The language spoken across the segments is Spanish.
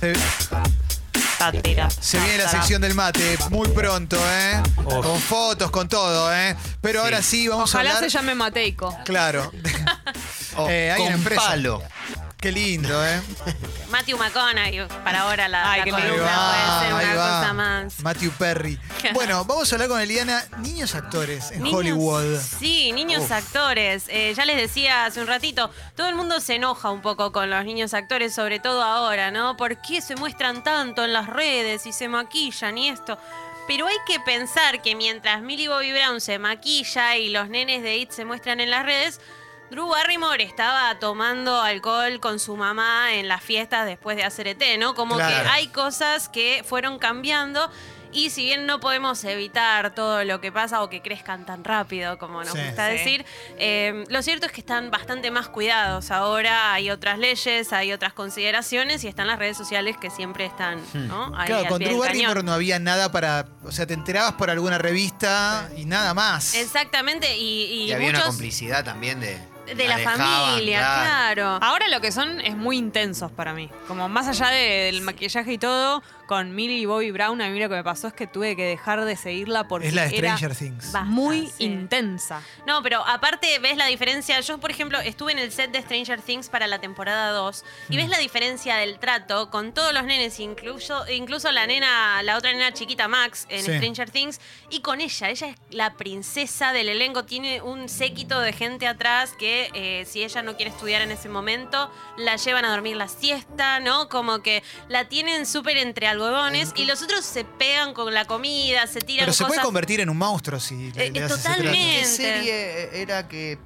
Se, Sátira. se viene la sección del mate muy pronto, ¿eh? Con fotos, con todo, ¿eh? Pero ahora sí vamos Ojalá a se hablar. llame Mateico. Claro. Eh, hay con una empresa. palo. Qué lindo, ¿eh? Matthew McConaughey, para ahora la, Ay, la qué columna lindo. puede ser Ah, ahí una va. cosa más. Matthew Perry. Bueno, vamos a hablar con Eliana, niños actores en Niños- Hollywood. Sí, niños Uf. actores. Eh, ya les decía hace un ratito, todo el mundo se enoja un poco con los niños actores, sobre todo ahora, ¿no? ¿Por qué se muestran tanto en las redes y se maquillan y esto? Pero hay que pensar que mientras Millie Bobby Brown se maquilla y los nenes de It se muestran en las redes, Drew Barrymore estaba tomando alcohol con su mamá en las fiestas después de hacer ET, ¿no? Como Claro. que hay cosas que fueron cambiando y si bien no podemos evitar todo lo que pasa o que crezcan tan rápido como nos Sí. gusta Sí. decir, eh, lo cierto es que están bastante más cuidados. Ahora hay otras leyes, hay otras consideraciones y están las redes sociales que siempre están, ¿no? Ahí Claro, al con pie del Drew cañón. Barrymore no había nada para. O sea, te enterabas por alguna revista y nada más. Exactamente, y, y Y, había una muchos complicidad también de. de la dejaban, familia, claro. claro. Ahora lo que son es muy intensos para mí. Como más allá de- del maquillaje y todo, con Millie y Bobby Brown, a mí lo que me pasó es que tuve que dejar de seguirla porque es la de era Stranger Things. Basta, muy sí. intensa. No, pero aparte ves la diferencia. Yo, por ejemplo, estuve en el set de Stranger Things para la temporada 2 y Mm. ves la diferencia del trato con todos los nenes, incluso, incluso la nena, la otra nena chiquita Max en Sí. Stranger Things y con ella. Ella es la princesa del elenco, tiene un séquito de gente atrás que eh, si ella no quiere estudiar en ese momento, la llevan a dormir la siesta, ¿no? Como que la tienen súper entre algodones y los otros se pegan con la comida, se tiran Pero se puede cosas. convertir en un monstruo si le- Eh, le das ese trato. totalmente. ¿Qué serie era que.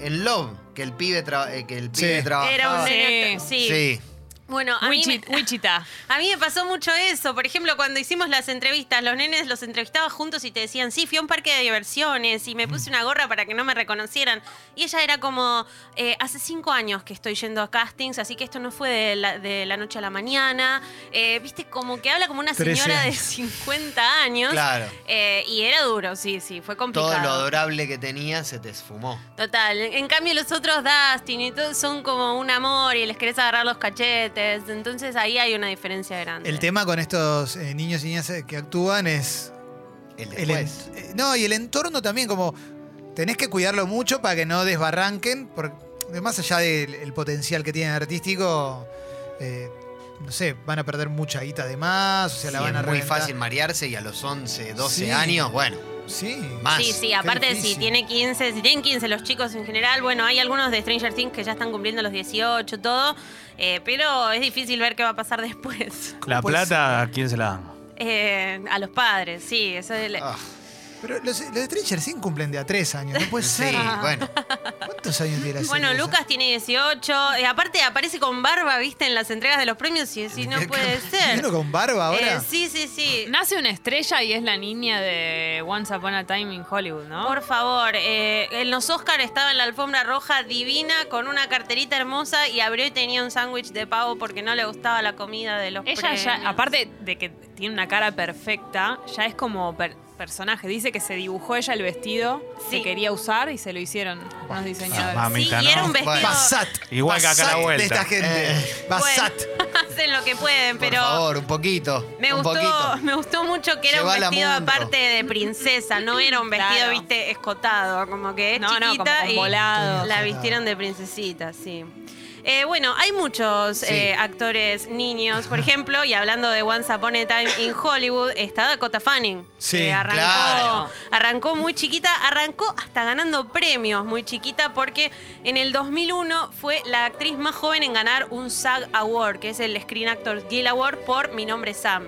El Love, que el pibe, tra- eh, que el pibe Sí. trabajaba? Era un Sí. nene- sí. Sí. Bueno, a mí, me, Wichi- Wichita. a mí me pasó mucho eso. Por ejemplo, cuando hicimos las entrevistas, los nenes los entrevistaba juntos y te decían, sí, fui a un parque de diversiones Mm. y me puse una gorra para que no me reconocieran. Y ella era como, eh, hace cinco años que estoy yendo a castings, así que esto no fue de la, de la noche a la mañana. Eh, Viste, como que habla como una 13 señora de años. 50 años. Claro. Eh, y era duro, sí, sí, fue complicado. Todo lo adorable que tenía se te esfumó. Total, en en cambio los otros Dustin y todo son como un amor y les querés agarrar los cachetes, entonces ahí hay una diferencia grande. El tema con estos eh, niños y niñas eh, que actúan es El El en- después. eh, no, y el entorno también, como tenés que cuidarlo mucho para que no desbarranquen, por- de más allá del el potencial que tienen artístico, eh, no sé, van a perder mucha guita de más, o sea, la Sí, van a es muy reventar. fácil marearse y a los 11, 12 Sí. años, bueno, Sí. más. Sí, sí, Qué aparte si difícil. tiene 15, si tienen 15 los chicos en general, bueno, hay algunos de Stranger Things que ya están cumpliendo los 18, todo, eh, pero es difícil ver qué va a pasar después. La puede plata, ¿a quién se la dan? Eh, a los padres, sí, eso es... el- Ah, Pero los, los de Stranger Things cumplen de a tres años, no puede sí, ser. bueno. ¿Cuántos años tiene la Bueno, serie esa? Lucas tiene 18, eh, aparte aparece con barba, viste, en las entregas de los premios y si no puede ¿Y ser. uno con barba ahora? Eh, sí, sí, sí. Nace una estrella y es la niña de Once Upon a Time in Hollywood, ¿no? Por favor, eh, en los Oscar estaba en la alfombra roja divina con una carterita hermosa y abrió y tenía un sándwich de pavo porque no le gustaba la comida de los Ella premios. ya, aparte de que tiene una cara perfecta, ya es como per- personaje. Dice que se dibujó ella el vestido Sí. que quería usar y se lo hicieron unos ah, diseñadores. mami. Sí, mamita, y era ¿no? un vestido. Basat. Igual que acá a la Basat vuelta. De esta gente. Basat. Hacen lo que pueden, Por pero favor, un poquito. me un gustó, poquito. me gustó mucho que era un Llevala vestido mundo. aparte de princesa, no era un vestido, Claro. viste, escotado, como que es No, no, como chiquita con y volado. la vistieron de princesita, sí. Eh, bueno, hay muchos Sí. eh, actores niños, por ejemplo, y hablando de Once Upon a Time in Hollywood, está Dakota Fanning. Sí, que Eh, arrancó, claro. arrancó muy chiquita, arrancó hasta ganando premios muy chiquita porque en el 2001 fue la actriz más joven en ganar un SAG Award, que es el Screen Actors Guild Award por Mi Nombre es Sam.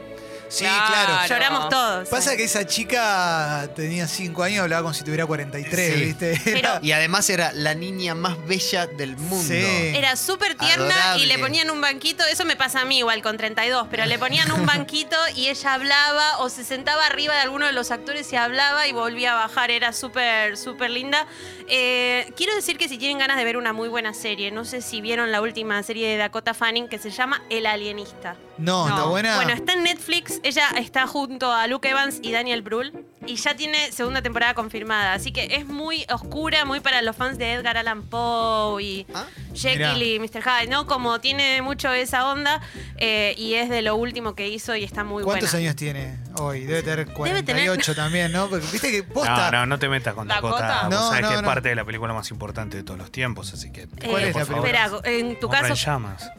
Sí, claro. Claro. Lloramos todos. Pasa que esa chica tenía 5 años, hablaba como si tuviera 43, Sí. ¿viste? Pero- Y además era la niña más bella del mundo. Sí. Era súper tierna y Adorable. le ponían un banquito, eso me pasa a mí igual con 32, pero le ponían un banquito y ella hablaba o se sentaba arriba de alguno de los actores y hablaba y volvía a bajar, era súper, súper linda. Eh, quiero decir que si tienen ganas de ver una muy buena serie, no sé si vieron la última serie de Dakota Fanning que se llama El Alienista. No, No. ¿está buena? Bueno, está en Netflix, ella está junto a Luke Evans y Daniel Brühl. y ya tiene segunda temporada confirmada. Así que es muy oscura, muy para los fans de Edgar Allan Poe y ¿Ah? Jekyll y Mr. Hyde, ¿no? Como tiene mucho esa onda eh, y es de lo último que hizo y está muy buena. ¿Cuántos años tiene hoy? Debe tener 48 también, ¿no? Porque viste que posta. No, no, no te metas con Dakota. Dakota. Vos No, sabés no, que es no. parte de la película más importante de todos los tiempos, así que. Eh, ¿Cuál es la por favor, Espera, en tu Hombre en caso. llamas.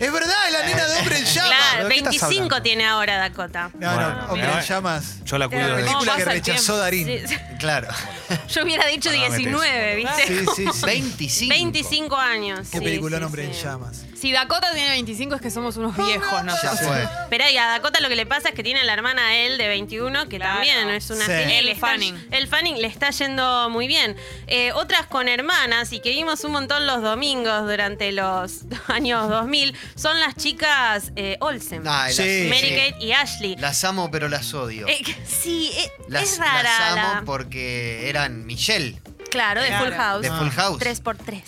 Es verdad, es la nena de hombre en llamas. Claro, ¿De qué estás 25 hablando? tiene ahora Dakota. No, no, Bueno, hombre mira, en llamas. Yo la La cuido ¿Cómo de. película que pasa el rechazó Darín. tiempo? Sí, Claro. Yo hubiera dicho No, no, metes. 19, ¿viste? Sí, sí, sí. 25. 25 años. Qué sí, película sí, hombre sí. en llamas. Si Dakota tiene 25 es que somos unos viejos, ¿no? Ya fue. Pero y a Dakota lo que le pasa es que tiene a la hermana de él de 21, que Claro. también es una Sí. genia. y Elle le está- Fanning. Elle Fanning le está yendo muy bien. Eh, otras con hermanas y que vimos un montón los domingos durante los años 2000 son las chicas eh, Olsen. Ay, las- Sí, Mary sí. Kate y Ashley. Las amo, pero las odio. Eh, que- sí, eh, Las, es rara. las amo la- porque eran Michelle Claro, de Claro. Full House. de Ah. Full House. 3x3.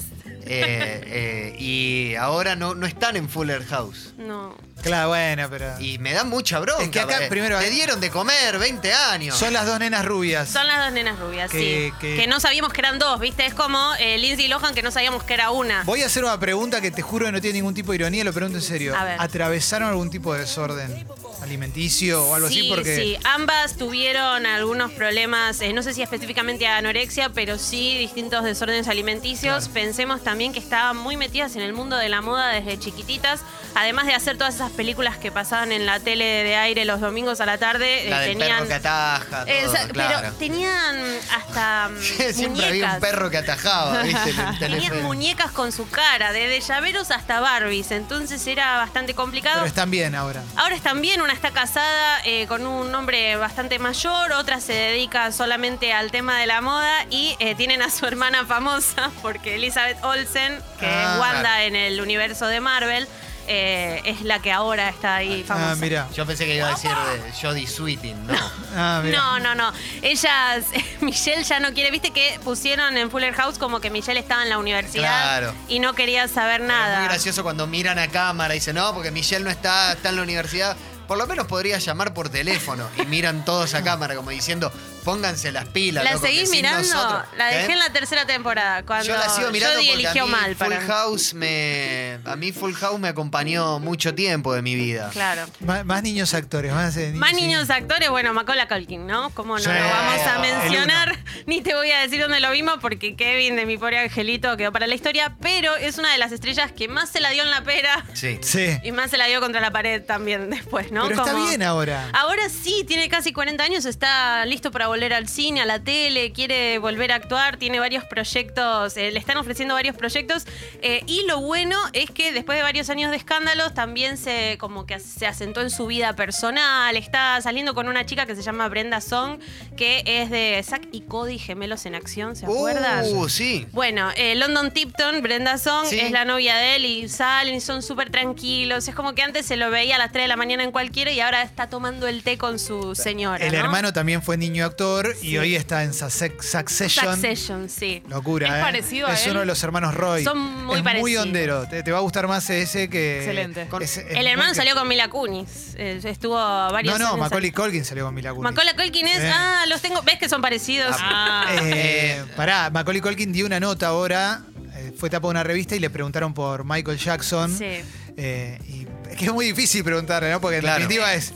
Eh, eh, y ahora no, no están en Fuller House. No. Claro, bueno, pero. Y me da mucha bronca. Es que acá porque primero- Te dieron de comer 20 años. Son las dos nenas rubias. Son las dos nenas rubias, Que- sí. que- Que... no sabíamos que eran dos, ¿viste? Es como eh, Lindsay Lohan que no sabíamos que era una. Voy a hacer una pregunta que te juro que no tiene ningún tipo de ironía, lo pregunto en serio. A ver. ¿Atravesaron algún tipo de desorden alimenticio o algo sí, así? Porque sí, ambas tuvieron algunos problemas, eh, no sé si específicamente anorexia, pero sí distintos desórdenes alimenticios. Claro. Pensemos también que estaban muy metidas en el mundo de la moda desde chiquititas, además de hacer todas esas películas que pasaban en la tele de aire los domingos a la tarde, la eh, del tenían... perro que ataja. todo, Esa- claro. Pero tenían hasta mm, Siempre había muñecas. un perro que atajaba, ¿viste? En el Tenían telefe- muñecas con su cara, desde llaveros hasta Barbies, entonces era bastante complicado. pero están bien ahora. Ahora están bien, una está casada eh, con un hombre bastante mayor, otra se dedica solamente al tema de la moda y eh, tienen a su hermana famosa, porque Elizabeth Olsen, que Ah, es Wanda claro. en el universo de Marvel, eh, es la que ahora está ahí famosa. Ah, mira. Yo pensé que iba a decir de Jodie Sweeting, no. Ah, mira. No, no, no. Ellas, Michelle ya no quiere, viste que pusieron en Fuller House como que Michelle estaba en la universidad Claro. y no quería saber Es nada. muy gracioso cuando miran a cámara y dicen, no, porque Michelle no está, está en la universidad. Por lo menos podría llamar por teléfono. Y miran todos a cámara como diciendo, pónganse las pilas. La loco, que seguís sin mirando, nosotros", la dejé ¿eh? en la tercera temporada. Cuando Yo la sigo mirando Jodie porque a eligió mí Full mal para mí. House me... A mí Full House me acompañó mucho tiempo de mi vida. Claro. Má- más niños actores, más, eh, Más sí. niños actores, bueno, Macaulay Culkin, ¿no? Como no Sí. lo vamos a El mencionar, ni te voy a decir dónde lo vimos porque Kevin de mi pobre angelito quedó para la historia, pero es una de las estrellas que más se la dio en la pera Sí. Sí. y más se la dio contra la pared también después, ¿no? pero está Como- Ah, bien ahora. Ahora sí, tiene casi 40 años, está listo para volver al cine, a la tele, quiere volver a actuar, tiene varios proyectos, eh, le están ofreciendo varios proyectos. eh, y lo bueno es que después de varios años de escándalos, también se como que se asentó en su vida personal. Está saliendo con una chica que se llama Brenda Song, que es de Zack y Cody Gemelos en Acción, ¿se acuerdan? Uh, sí. Bueno, eh, London Tipton, Brenda Song, Sí. es la novia de él y salen y son súper tranquilos. Es como que antes se lo veía a las 3 de la mañana en cualquiera y ahora está tomando el té con su señora. El ¿no? hermano también fue niño actor y Sí. hoy está en Success- Succession. Succession, sí. Locura, Es ¿eh? parecido a Es él. uno de los hermanos Roy. Son muy es Muy parecidos. hondero. Te, te va a gustar más ese que. Excelente. Con- es- es el hermano muy- salió con Mila Kunis. eh, estuvo varios No, no, años- Macaulay Colkin salió con Mila Kunis. Macaulay Culkin es. Sí. Ah, los tengo. ¿Ves que son parecidos? Ah, Eh, pará, Macaulay Colkin dio una nota ahora. eh, Fue tapa de una revista y le preguntaron por Michael Jackson. Sí, Eh, y es que es muy difícil preguntarle, ¿no? Porque en Claro. definitiva es. sí.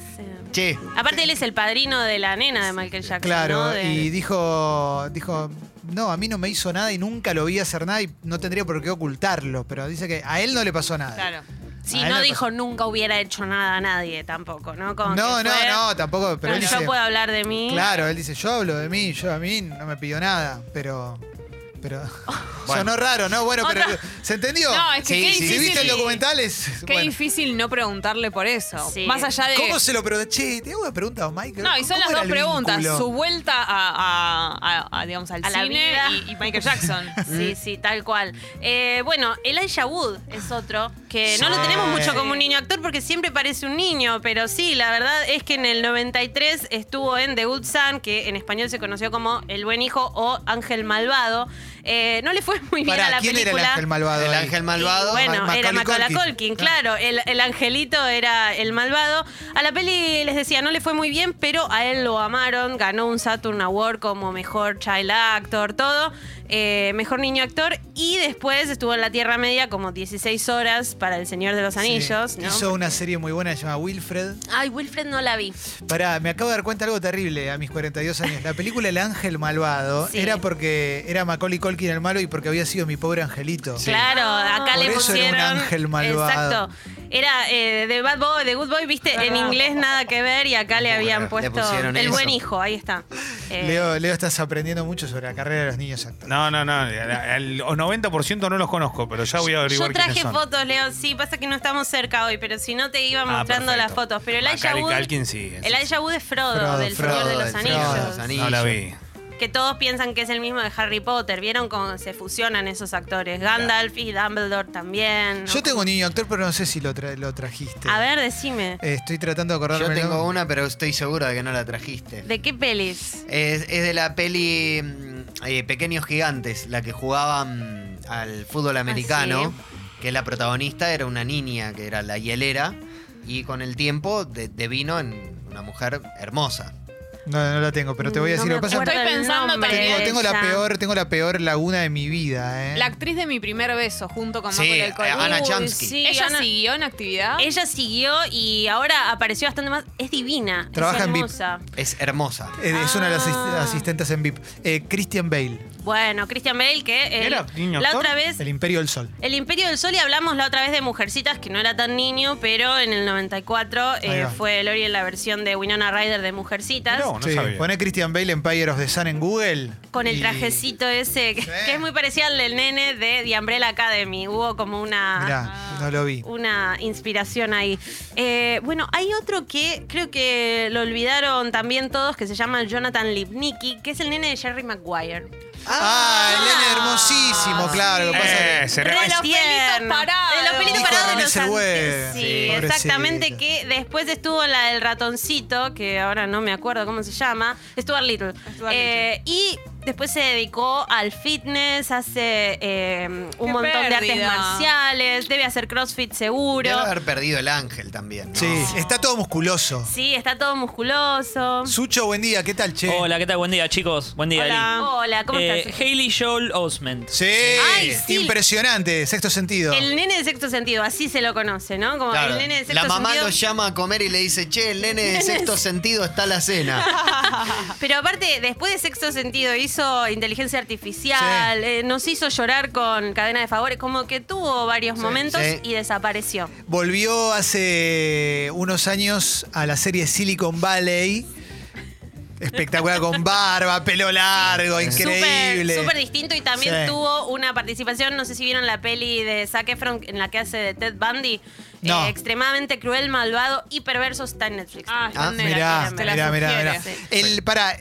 Che, Aparte, él es el padrino de la nena de Michael Jackson. Claro, ¿no? De- y dijo, dijo, no, a mí no me hizo nada y nunca lo vi hacer nada y no tendría por qué ocultarlo, pero dice que a él no le pasó nada. claro. Sí, a él no le dijo nunca hubiera hecho nada a nadie tampoco, ¿no? Como No, que no, fue- no, tampoco, pero él yo dice, puedo hablar de mí. claro, él dice, yo hablo de mí, yo a mí no me pidió nada, pero, pero, sonó raro, ¿no? Bueno, pero, Otra- ¿se entendió? No, es que Sí, qué sí, si difícil. viste el documental es, Qué bueno. difícil no preguntarle por eso. Sí. Más allá de. ¿Cómo se lo preguntó? Che, te hago una pregunta, Michael. No, y son ¿Cómo las era dos el preguntas. vínculo? Su vuelta a, a- a- a, digamos, al A la cine vida. y, y Michael Jackson. Sí, sí, tal cual. Eh, bueno, Elijah Wood es otro, que no lo Sí. tenemos mucho como un niño actor porque siempre parece un niño, pero sí, la verdad es que en el 93 estuvo en The Good Son, que en español se conoció como El Buen Hijo o Ángel Malvado. Eh, no le fue muy bien Pará, a la ¿quién película. era el ángel malvado? El ahí? ángel malvado. Y, bueno, Ma- era Macaulay Macaulay Culkin. Culkin, claro. El, el angelito era el malvado. A la peli, les decía, no le fue muy bien, pero a él lo amaron. Ganó un Saturn Award como mejor child actor, todo. eh, mejor niño actor. Y después estuvo en la Tierra Media como 16 horas para El Señor de los Sí. Anillos. ¿no? Hizo una serie muy buena llamada Wilfred. Ay, Wilfred no la vi. Pará, me acabo de dar cuenta de algo terrible a mis 42 años. La película El Ángel Malvado Sí. era porque era Macaulay Culkin el malo y porque había sido mi pobre angelito. Claro, acá Por le eso era un pusieron. ángel malvado. Exacto. Era eh, de Bad Boy, de Good Boy, viste, en inglés nada que ver y acá le Bueno, habían le puesto pusieron El eso. buen hijo, ahí está. Eh, Leo, Leo, estás aprendiendo mucho sobre la carrera de los niños actores. No, no, no. El 90% no los conozco, pero ya voy a averiguar yo traje quiénes son. fotos, Leo. Sí, pasa que no estamos cerca hoy, pero si no te iba Ah, mostrando las perfecto. fotos. Pero el Elijah Macaulay Wood, Culkin sí, es- el Elijah Wood es Frodo, Frodo, del Frodo, Señor de los del Señor de Anillos. los Anillos. No la vi. Que todos piensan que es el mismo de Harry Potter. ¿Vieron cómo se fusionan esos actores? Gandalf y Dumbledore también. ¿no? Yo tengo un niño actor, pero no sé si lo, tra- lo trajiste. A ver, decime. Eh, Estoy tratando de acordarme. Yo el tengo nombre. una, pero estoy seguro de que no la trajiste. ¿De qué pelis? Es, es de la peli mm, eh, Pequeños Gigantes, la que jugaban mm, al fútbol Ah, americano, que la protagonista era una niña, que era la hielera, y con el tiempo de- devino en una mujer hermosa. No, no la tengo, pero te voy a No decir. me lo que pasa acuerdo Estoy el pensando nombre también. tengo, de tengo la ella. peor, tengo la peor laguna de mi vida, ¿eh? La actriz de mi primer beso junto con Sí, Macaulay Culkin. Ana Uy, Chomsky. sí, ¿Ella Ana- siguió en actividad? Ella siguió y ahora apareció bastante más. Es divina. Trabaja es en VIP. hermosa. Es hermosa. Eh, es una de las asist- Ah. asistentes en VIP. Eh, Christian Bale, Bueno, Christian Bale, que él- Era niño la actor. otra vez. El El... Imperio del Sol. Imperio del Sol y hablamos la otra vez de Mujercitas, que no era tan niño, pero en el 94 eh, va. fue Lori en la versión de Winona Ryder de Mujercitas. Mirá vos. No Sí, sabía. Poné Christian Bale Empire of the Sun en Google. Con el y- trajecito ese, que, Sí. que es muy parecido al del nene de The Umbrella Academy. Hubo como una... Mirá, no lo vi. una inspiración ahí. Eh, bueno, hay otro que creo que lo olvidaron también todos, que se llama Jonathan Lipnicki, que es el nene de Jerry Maguire. Ah, el nene Ah. hermosísimo, claro. lo que pasa Eh, que- será- De los pelitos Tierno. parados. De los pelitos Nico parados de Ramírez los el antes. Güey. Sí, Sí. exactamente. Pobrecito. Que después estuvo la del ratoncito, que ahora no me acuerdo cómo se llama. Stuart Little. Stuart Eh, Y después se dedicó al fitness, hace eh, un Qué montón de artes pérdida. marciales, debe hacer crossfit seguro. Debe haber perdido el ángel también. ¿no? Sí, está todo musculoso. Sí, está todo musculoso. Sucho, buen día, ¿qué tal, che? Hola, ¿qué tal? Buen día, chicos. Buen día, Hola. Eli. Hola, ¿cómo Eh, estás? Hailey Joel Osment. Sí, Ay, sí. impresionante, sexto sentido. El nene de sexto sentido, así se lo conoce, ¿no? Como Claro. el nene de sexto La mamá sentido. lo llama a comer y le dice, che, el nene de sexto sentido está a la cena. Pero aparte, después de sexto sentido hizo inteligencia artificial, eh, nos hizo llorar con cadena de favores, como que tuvo varios momentos sí. y desapareció. Volvió hace unos años a la serie Silicon Valley. Espectacular con barba, pelo largo, increíble. Súper súper distinto y también Sí. tuvo una participación, no sé si vieron la peli de Zac Efron en la que hace de Ted Bundy. No. Eh, extremadamente cruel, malvado y perverso está en Netflix. Ah, está Ah, en Mirá, Netflix, te la mirá, mirá, sugiere. mirá. El, para,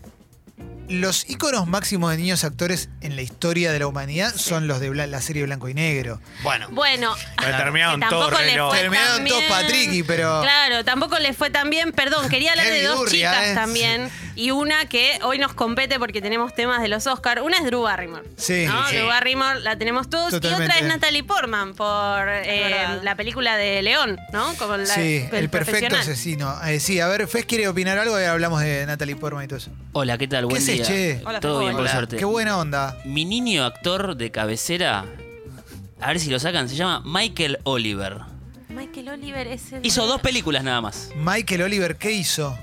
los íconos máximos de niños actores en la historia de la humanidad son los de bla- la serie Blanco y Negro. Bueno, Bueno, Pero terminaron que todos tampoco le reloj. fue Terminaron también. todos Patricky, pero- Claro, tampoco les fue tan bien. Perdón, quería hablar Qué de dos vidurria, chicas eh. también. Y una que hoy nos compete porque tenemos temas de los Oscars. Una es Drew Barrymore. Sí. ¿no? Sí. Drew Barrymore la tenemos todos. Y otra Totalmente. es Natalie Portman por eh, verdad. la película de León, ¿no? Como la- sí, el, perfecto profesional. asesino. Eh, sí, a ver, Fez quiere opinar algo y hablamos de Natalie Portman y todo eso. Hola, ¿qué tal? Buen haces, día. che? Hola, Todo bien, por Hola. suerte. Qué buena onda. Mi niño actor de cabecera, a ver si lo sacan, se llama Michael Oliver. Michael Oliver es el- Hizo dos películas nada más. Michael Oliver, ¿qué hizo?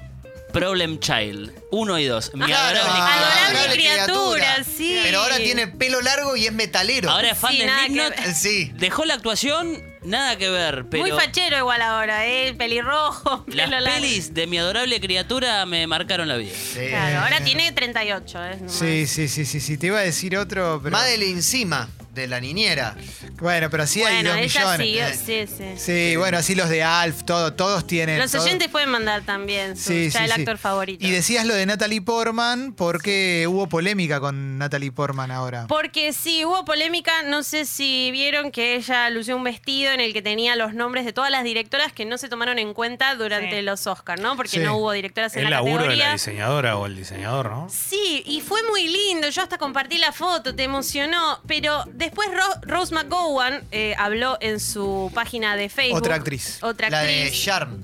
Problem Child, uno y dos. Mi Claro, adorable Ah, criatura. adorable criatura, sí. Pero ahora tiene pelo largo y es metalero. Ahora es fan Sí, de nada Nick que Nolte. ver. Sí. Dejó la actuación, nada que ver, pero Muy fachero igual ahora, ¿eh? Pelirrojo, las pelo largo. pelis de mi adorable criatura me marcaron la vida. Sí. Claro, ahora tiene 38, ¿eh? nomás. Sí, sí, sí, sí, sí. Te iba a decir otro, pero. Madeline Cima. de la niñera. Bueno, pero así hay bueno, dos ella millones. Eh, sí, sí, sí. Sí, bueno, así los de Alf, todo, todos tienen. Los todos- oyentes pueden mandar también su, Sí, ya sí, el sí. actor favorito. Y decías lo de Natalie Portman porque hubo polémica con Natalie Portman ahora. Porque sí, hubo polémica, no sé si vieron que ella lució un vestido en el que tenía los nombres de todas las directoras que no se tomaron en cuenta durante Sí. los Oscars, ¿no? Porque Sí. no hubo directoras en El la laburo de categoría. la diseñadora o el diseñador, ¿no? Sí, y fue muy lindo. Yo hasta compartí la foto, te emocionó. Pero después Ro- Rose McGowan eh, habló en su página de Facebook. Otra actriz. Otra La de actriz. Charm.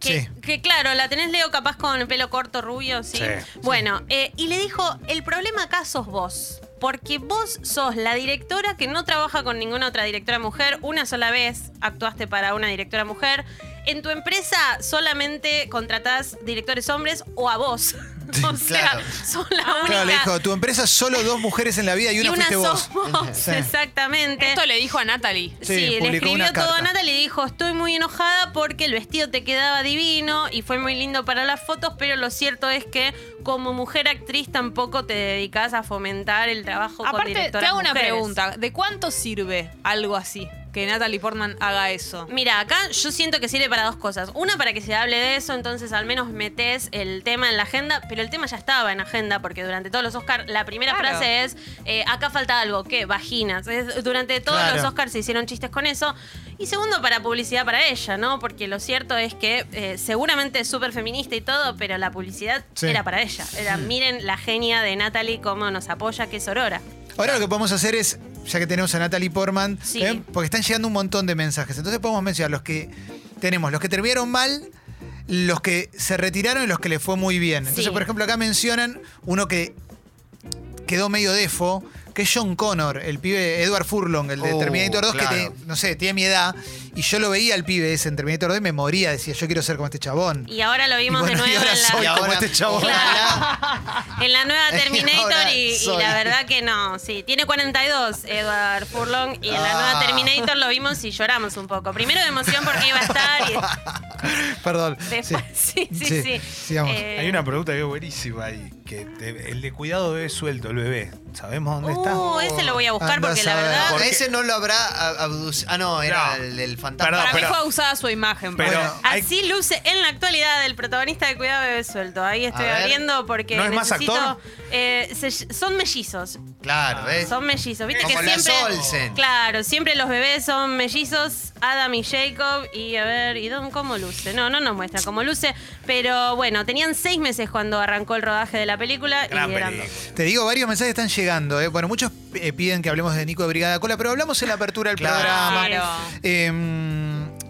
que, Sí. que claro, la tenés Leo capaz con pelo corto, rubio, sí. Sí. Bueno, eh, y le dijo, el problema acá sos vos. Porque vos sos la directora que no trabaja con ninguna otra directora mujer. Una sola vez actuaste para una directora mujer. En tu empresa solamente contratás directores hombres o a vos. o sea, claro. son la única. Claro, le dijo, tu empresa solo dos mujeres en la vida y y una, una fuiste vos. sos Sí. Exactamente. Esto le dijo a Natalie. Sí, Sí, le publicó una escribió todo a carta. Natalie y dijo, estoy muy enojada porque el vestido te quedaba divino y fue muy lindo para las fotos, pero lo cierto es que como mujer actriz tampoco te dedicas a fomentar el trabajo con Aparte, te directoras hago una mujeres". pregunta. ¿De cuánto sirve algo así? Que Natalie Portman haga eso. Mira, acá yo siento que sirve para dos cosas. Una, para que se hable de eso, entonces al menos metes el tema en la agenda, pero el tema ya estaba en agenda, porque durante todos los Oscars la primera Claro. frase es, eh, acá falta algo, ¿qué? Vaginas. Es- durante todos Claro. los Oscars se hicieron chistes con eso. Y segundo, para publicidad para ella, ¿no? Porque lo cierto es que eh, seguramente es súper feminista y todo, pero la publicidad Sí. era para ella. Era, miren la genia de Natalie, cómo nos apoya, que es Aurora. Ahora lo que podemos hacer es, ya que tenemos a Natalie Portman, Sí. ¿eh? porque están llegando un montón de mensajes. Entonces podemos mencionar los que tenemos, los que terminaron mal, los que se retiraron y los que le fue muy bien. Entonces, Sí. por ejemplo, acá mencionan uno que quedó medio defo, que es John Connor, el pibe Edward Furlong, el de Oh, Terminator 2, que claro. tiene- no sé, tiene mi edad. Y yo lo veía al pibe ese en Terminator 2 y me moría, decía, yo quiero ser como este chabón. Y ahora lo Y vimos bueno, de y nuevo ahora en la... soy Y como ahora- este chabón. En la nueva Terminator Ahora y, y soy. la verdad que no, sí. Tiene 42 Edward Furlong y en la Ah. nueva Terminator lo vimos y lloramos un poco. Primero de emoción porque iba a estar y Perdón. después sí, sí, sí. sigamos. Eh, Hay una pregunta que es buenísima ahí, que te- el de cuidado bebé suelto, el bebé. ¿Sabemos dónde está? Uh, ese lo voy a buscar Andá porque a la saber. verdad... ¿Por qué? Ese no lo habrá a- abduc- Ah, no, era No. el del fantasma. Perdón, Para mí pero- Ah, fue usada su imagen. Pero Bueno, hay- Así luce en la actualidad el protagonista de Cuidado Bebé Suelto. Ahí estoy A ver. abriendo porque ¿No es más necesito... actor? eh, se- son mellizos. Claro, ¿ves? Son mellizos. Viste Como que las siempre. Olsen. Claro, siempre los bebés son mellizos, Adam y Jacob. Y a ver, ¿y Don cómo luce? No, no nos muestra cómo luce. Pero bueno, tenían seis meses cuando arrancó el rodaje de la película. gran y eran película. dos. Te digo, varios mensajes están llegando. ¿eh? Bueno, muchos eh, piden que hablemos de Nico de Brigada Cola, pero hablamos en la apertura del Claro. programa. Claro. Eh,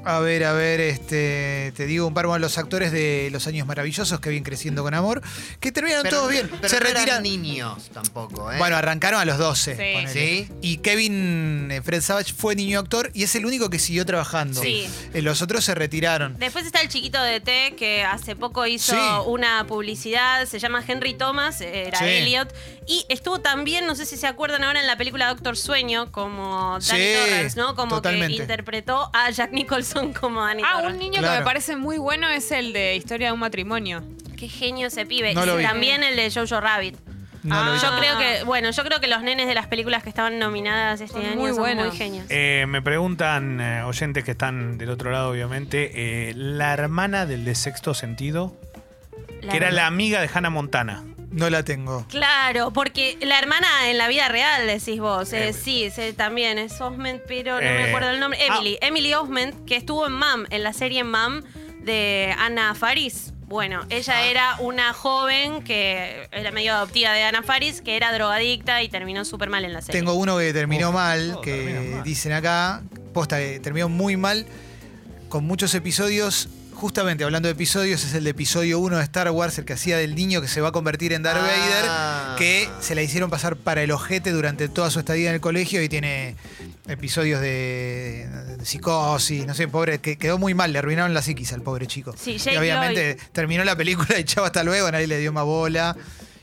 a ver, a ver, este, te digo un par más los actores de Los Años Maravillosos que vienen creciendo con amor, que terminan Pero- todos bien. pero se no eran ¿eh? retiran. niños tampoco, ¿eh? Bueno, arrancaron a los 12. Sí. ponele. Sí. Y Kevin eh, Fred Savage fue niño actor y es el único que siguió trabajando. Sí. Eh, los otros se retiraron. Después está el chiquito de T que hace poco hizo Sí. una publicidad, se llama Henry Thomas, era Sí. Elliot, y estuvo también, no sé si se acuerdan ahora en la película Doctor Sueño, como Danny Sí, Torrance, ¿no? Como totalmente. que interpretó a Jack Nicholson como Danny Ah, Torrance. un niño Claro. que me parece muy bueno es el de Historia de un matrimonio. Qué genio ese pibe. No lo y vi. también el de Jojo Rabbit. No Ah, lo vi. Yo creo que, bueno, yo creo que los nenes de las películas que estaban nominadas este Son año muy son buenos. muy genios. Eh, me preguntan eh, oyentes que están del otro lado, obviamente, eh, la hermana del de sexto sentido, que era la amiga de Hannah Montana. No la tengo. Claro, porque la hermana en la vida real, decís vos. eh, sí, sí, también es Osment, pero no me Eh, acuerdo el nombre. Emily. Emily Osment, que estuvo en Mam, en la serie Mam de Ana Faris. Bueno, ella era una joven que era medio adoptiva de Ana Faris, que era drogadicta y terminó súper mal en la serie. Tengo uno que terminó Uf, mal, todo que termina mal. dicen acá, posta, que terminó muy mal, con muchos episodios. Justamente hablando de episodios, es el de episodio 1 de Star Wars, el que hacía del niño que se va a convertir en Darth Ah. Vader, que se la hicieron pasar para el ojete durante toda su estadía en el colegio y tiene episodios de, de psicosis, no sé, pobre, que quedó muy mal, le arruinaron la psiquis al pobre chico. Sí, y Jake obviamente terminó la película y chao, hasta luego, nadie le dio más bola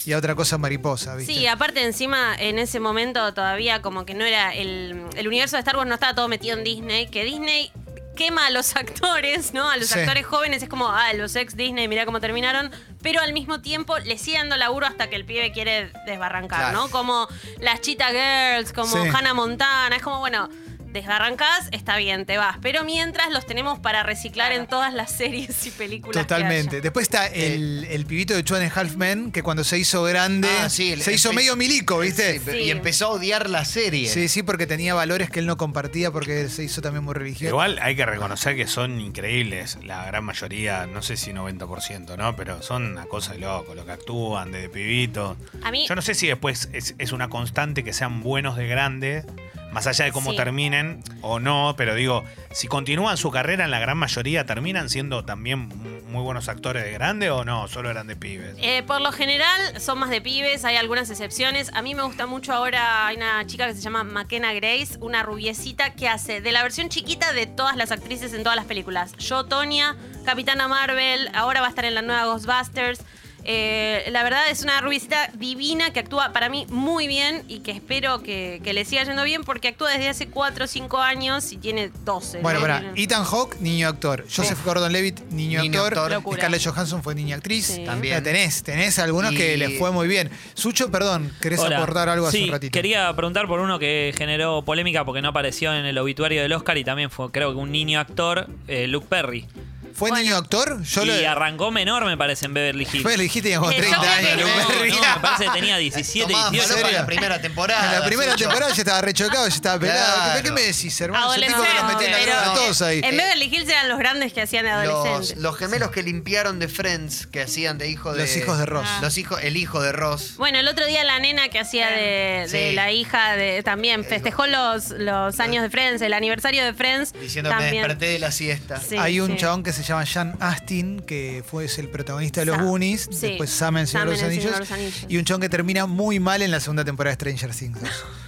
y a otra cosa mariposa, ¿viste? Sí, aparte encima en ese momento todavía como que no era el, el universo de Star Wars no estaba todo metido en Disney, que Disney quema a los actores, ¿no? A los Sí. actores jóvenes es como, ah, los ex Disney, mirá cómo terminaron, pero al mismo tiempo le sigue dando laburo hasta que el pibe quiere desbarrancar, Claro. ¿no? Como las Cheetah Girls, como Sí. Hannah Montana, es como, bueno, desbarrancás, está bien, te vas, pero mientras los tenemos para reciclar Claro. en todas las series y películas. que Totalmente. haya. Después está el, el pibito de Chuan en Half Men, que cuando se hizo grande, Ah, sí, el- se el hizo pe- medio milico, ¿viste? Sí, Sí. eh, Y empezó a odiar la serie. Sí, sí, porque tenía valores que él no compartía porque se hizo también muy religioso. Igual hay que reconocer que son increíbles, la gran mayoría, no sé si 90%, ¿no? Pero son una cosa de loco, lo que actúan desde pibito. A mí, Yo no sé si después es, es una constante que sean buenos de grande, más allá de cómo Sí. terminen o no, pero digo, si continúan su carrera en la gran mayoría, ¿terminan siendo también muy buenos actores de grande o no? Solo eran de pibes. Eh, por lo general son más de pibes, hay algunas excepciones. A mí me gusta mucho ahora, hay una chica que se llama McKenna Grace, una rubiecita que hace de la versión chiquita de todas las actrices en todas las películas. Yo, Tonya, Capitana Marvel, ahora va a estar en la nueva Ghostbusters. Eh, la verdad es una rubiecita divina que actúa para mí muy bien y que espero que, que le siga yendo bien porque actúa desde hace 4 o 5 años y tiene 12. Bueno, ¿no? pará. Tiene- Ethan Hawke, niño actor. Joseph Gordon-Levitt, niño, Niño actor. actor. Locura. Scarlett Johansson fue niña actriz. Sí. Ya También. tenés, tenés algunos que Y- les fue muy bien. Sucho, perdón, ¿querés Hola. aportar algo sí, hace un ratito? Quería preguntar por uno que generó polémica porque no apareció en el obituario del Oscar y también fue, creo que un niño actor, eh, Luke Perry. ¿Fue niño actor? Yo y lo... arrancó menor, me parece, en Beverly Hills. Después le dijiste que como Eh, yo 30 creo que años. no, Luke No, Perry. me parece que tenía 17, Tomás, 18. paró ¿en para serio? la primera temporada. En la primera Sucho. temporada ya estaba rechocado, ya estaba pelado. Claro. ¿Qué- ¿Qué me decís, hermano? Ese tipo Adolescente, que los metía en la pero droga a todos ahí. Eh, en Beverly Hills eran los grandes que hacían de adolescentes. Los, los gemelos que limpiaron de Friends, que hacían de hijo de. Los hijos de Ross. Los hijos, el hijo de Ross. Bueno, el otro día la nena que hacía de, de Sí. Eh, la hija de, también festejó los, los años de Friends, el aniversario de Friends. Diciendo que me también. desperté de la siesta. Sí, Hay un sí. chabón que se llama Jan Astin, que fue es el protagonista de los Sam. Goonies, Sí. después Sam en Señor de los Sam en El Señor Anillos, de los Anillos. y un chabón que termina muy mal en la segunda temporada de Stranger Things.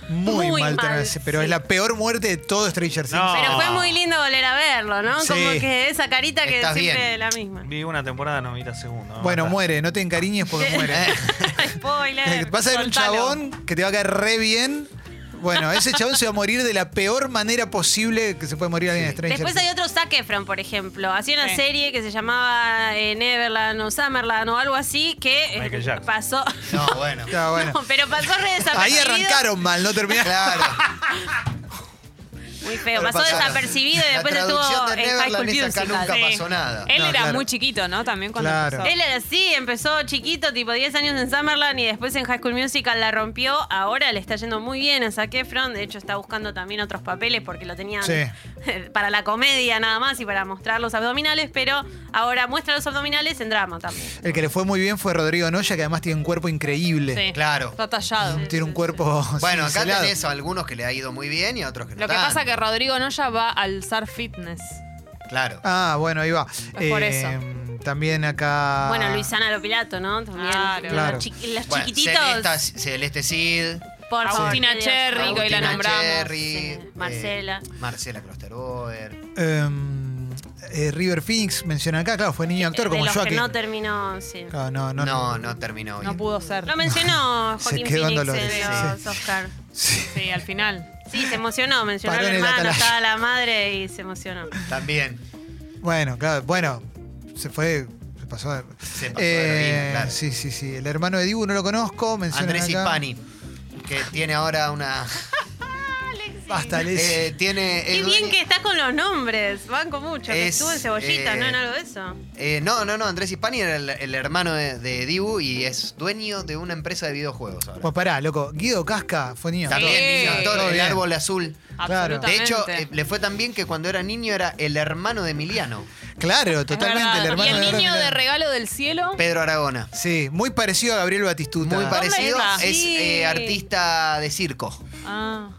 Muy, Muy mal, mal, termina- pero sí. es la peor muerte de todo Stranger Things. No. Pero fue muy lindo volver a verlo, ¿no? Sí. Como que esa carita que Estás siempre bien. es la misma. Vi una temporada, no vi la segunda. Bueno, Basta. muere, no te encariñes porque muere. Eh, Spoiler. Vas a ver un soltalo. chabón que te va a caer re bien. Bueno, ese chabón se va a morir de la peor manera posible que se puede morir alguien de Stranger Después hay Things. otro Zac Efron, por ejemplo. Hacía una Sí. serie que se llamaba eh, Neverland o Summerland o algo así que eh, Michael Jackson. pasó. No, bueno. Está Ah, bueno. No, pero pasó re Ahí desapercibido. arrancaron mal, no terminaron. Claro. Muy feo. Pero Pasó pasaron. desapercibido y La después estuvo traducción de en High School Neverland es acá Musical. nunca Sí. pasó nada. Él No, era claro. muy chiquito, ¿no? También cuando Claro. empezó. Él era así, empezó chiquito, tipo 10 años en Summerland y después en High School Musical la rompió. Ahora le está yendo muy bien a Zac Efron. De hecho, está buscando también otros papeles porque lo tenían Sí. para la comedia nada más y para mostrar los abdominales. Pero ahora muestra los abdominales en drama también. El que le fue muy bien fue Rodrigo Noya, que además tiene un cuerpo increíble. Sí. Claro. Está tallado. Tiene un cuerpo. Bueno, acá cincelado. tenés a algunos que le ha ido muy bien y a otros que no. Lo que pasa tanto. que Rodrigo Noya va a alzar fitness. Claro. Ah, bueno, ahí va. Em, Es por eso. También acá. Bueno, Luisana Lopilato, ¿no? También. Claro. Ah. Claro. Los, chiqui- los Bueno, chiquititos. Celeste, Celeste Cid. por favor, Agustina Dios. Cherry, que hoy la Agustina nombramos. Cherry, Sí, eh, Marcela. Marcela Klosterboer. Em, eh, River Phoenix menciona acá, claro, fue niño actor Eh, De como los yo que aquí. no terminó, sí. Claro, no, no, No, no, terminó bien. No pudo ser. Lo mencionó Se Joaquín quedó en Phoenix Dolores, en sí. los Oscar. Sí. Sí, al final. Sí, se emocionó, mencionó Paró al en el hermano, atalaya. estaba la madre y se emocionó. También. Bueno, claro, bueno, se fue. Se pasó de. Eh, Se pasó de heroína, claro. Sí, sí, sí. El hermano de Dibu no lo conozco. Menciona Andrés acá. Hispani, que tiene ahora una. Basta, les- eh, tiene. Qué es bien dueño- que estás con los nombres, banco mucho. que Es, estuvo en cebollita, eh, ¿no? En algo de eso. eh, no, no, no. Andrés Hispani era el, el hermano de, de Dibu y es dueño de una empresa de videojuegos ahora. Pues pará, loco. Guido Casca fue niño actor. También, niño actor, Todo el bien. árbol azul. Claro. De Absolutamente. hecho, eh, le fue tan bien que cuando era niño era el hermano de Emiliano, Claro, totalmente. Es El hermano verdad. y el Andrés niño de Milán. regalo del cielo. Pedro Aragona. Sí, muy parecido a Gabriel Batistuta. Muy parecido, está? es Sí. eh, artista de circo. Ah,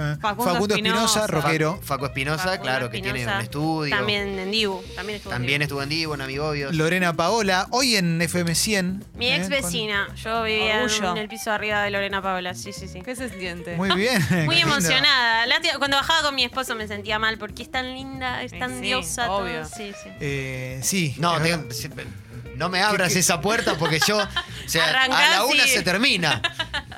Eh, Facundo Facundo Espinosa, Espinosa. rockero. Faco Espinosa, Facundo claro, que Espinosa, tiene un estudio. También en Dibu, también estuvo. en También Dibu. estuvo en Divo, en Amigobios. Lorena Paola, hoy en FM100. Mi ¿eh? ex vecina, yo vivía en, Orgullo. en el piso arriba de Lorena Paola, sí, sí, sí. ¿qué se siente? Muy bien. qué Muy lindo. emocionada. Lástima- Cuando bajaba con mi esposo me sentía mal porque es tan linda, es Y tan sí, diosa. todo. obvio. Sí, sí. Eh, sí. No, es te- verdad. se- no me abras esa puerta porque yo. O sea, Arrancás a la una y- se termina.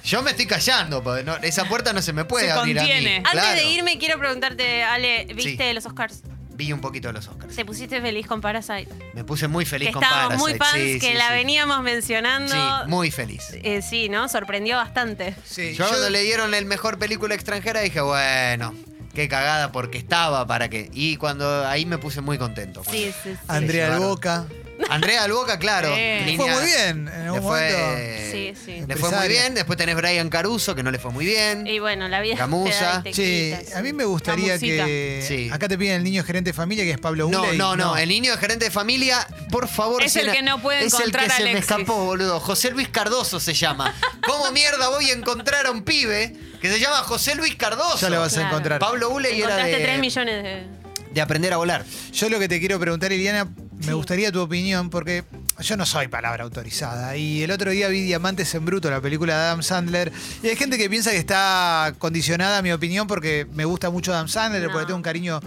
Yo me estoy callando, porque no- esa puerta no se me puede Se abrir a mí. contiene. Antes Claro. de irme quiero preguntarte, Ale, ¿viste los Oscars? vi un poquito de los Oscars. Se pusiste feliz con Parasite. Me puse muy feliz que con estábamos muy Parasite. fans, Sí, que sí, la sí. veníamos mencionando. Sí, muy feliz. Eh, sí, ¿no? Sorprendió bastante. Sí, Yo yo- cuando le dieron el mejor película extranjera dije, bueno, qué cagada porque estaba para qué. Y cuando ahí me puse muy contento. Sí, sí, sí. Andrea llevaron. Alboca. Andrea Alboca, claro. Sí. Le línea- Fue muy bien en Le algún momento. fue, Sí, sí. le fue muy Empresaria. bien. Después tenés Brian Caruso, que no le fue muy bien. Y bueno, la vida. Gamuza. te da y te Sí, quita, a mí sí. me gustaría Camusita. que. Sí. Acá te piden el niño gerente de familia, que es Pablo No, Uley. no, no, El niño de gerente de familia, por favor. Es el Sena, que no puede Es el que encontrar a se me Alexis. escapó, boludo. José Luis Cardoso se llama. ¿Cómo mierda voy a encontrar a un pibe que se llama José Luis Cardoso? Ya lo vas Claro. a encontrar. Pablo Uley era Encontraste 3 de, millones de. de aprender a volar. Yo lo que te quiero preguntar, Iliana, me gustaría tu opinión, porque yo no soy palabra autorizada. Y el otro día vi Diamantes en Bruto, la película de Adam Sandler. Y hay gente que piensa que está condicionada a mi opinión porque me gusta mucho Adam Sandler, No. porque tengo un cariño.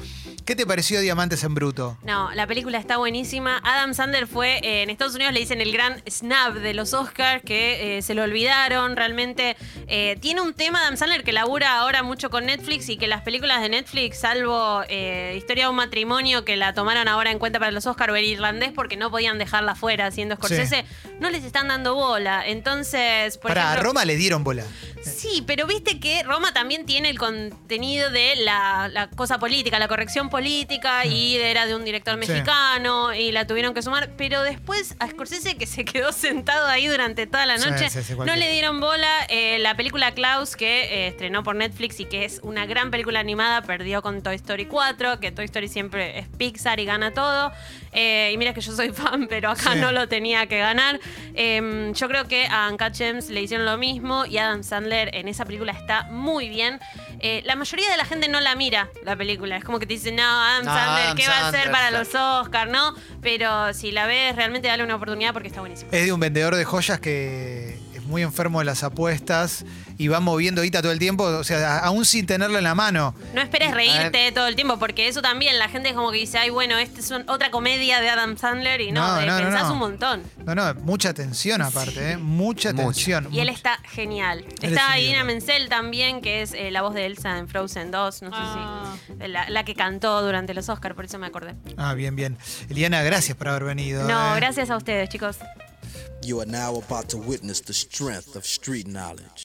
¿Qué te pareció Diamantes en Bruto? No, la película está buenísima. Adam Sandler fue, eh, en Estados Unidos le dicen el gran snap de los Oscars, que eh, se lo olvidaron realmente. Eh, tiene un tema Adam Sandler que labura ahora mucho con Netflix y que las películas de Netflix, salvo eh, Historia de un matrimonio, que la tomaron ahora en cuenta para los Oscars o el irlandés porque no podían dejarla fuera siendo Scorsese, no les están dando bola. Entonces, por Para ejemplo- Roma le dieron bola. Sí, pero viste que Roma también tiene el contenido de la, la cosa política, la corrección Mm. política, y era de un director mexicano, y la tuvieron que sumar. Pero después a Scorsese, que se quedó sentado ahí durante toda la Sí, noche, sí, sí, no cualquiera. le dieron bola. Eh, la película Klaus, que eh, estrenó por Netflix y que es una gran película animada, perdió con Toy Story 4, que Toy Story siempre es Pixar y gana todo. Eh, y mira que yo soy fan, pero acá Sí. no lo tenía que ganar. Eh, yo creo que a Uncut Gems le hicieron lo mismo y Adam Sandler en esa película está muy bien. Eh, la mayoría de la gente no la mira la película. Es como que te dicen, no, Adam No, Sandler, Adam ¿qué va a hacer Sandler, para claro. los Oscars? ¿No? Pero si la ves, realmente dale una oportunidad porque está buenísimo. Es de un vendedor de joyas que es muy enfermo de las apuestas y va moviendo guita todo el tiempo, o sea, a- aún sin tenerla en la mano. No esperes reírte todo el tiempo, porque eso también la gente es como que dice, ay, bueno, esta es un- otra comedia de Adam Sandler y no, No, eh, no, no, pensás no. un montón. No, no, mucha tensión aparte, ¿eh? Mucha Mucha. tensión. Y él mucha. está genial. Él es está un Idina ídolo. Menzel también, que es eh, la voz de Elsa en Frozen 2, no sé Ah. si. La, la que cantó durante los Oscars, por eso me acordé. Ah, bien, bien. Eliana, gracias por haber venido. No, ¿eh? gracias a ustedes, chicos. You are now about to witness the strength of street knowledge.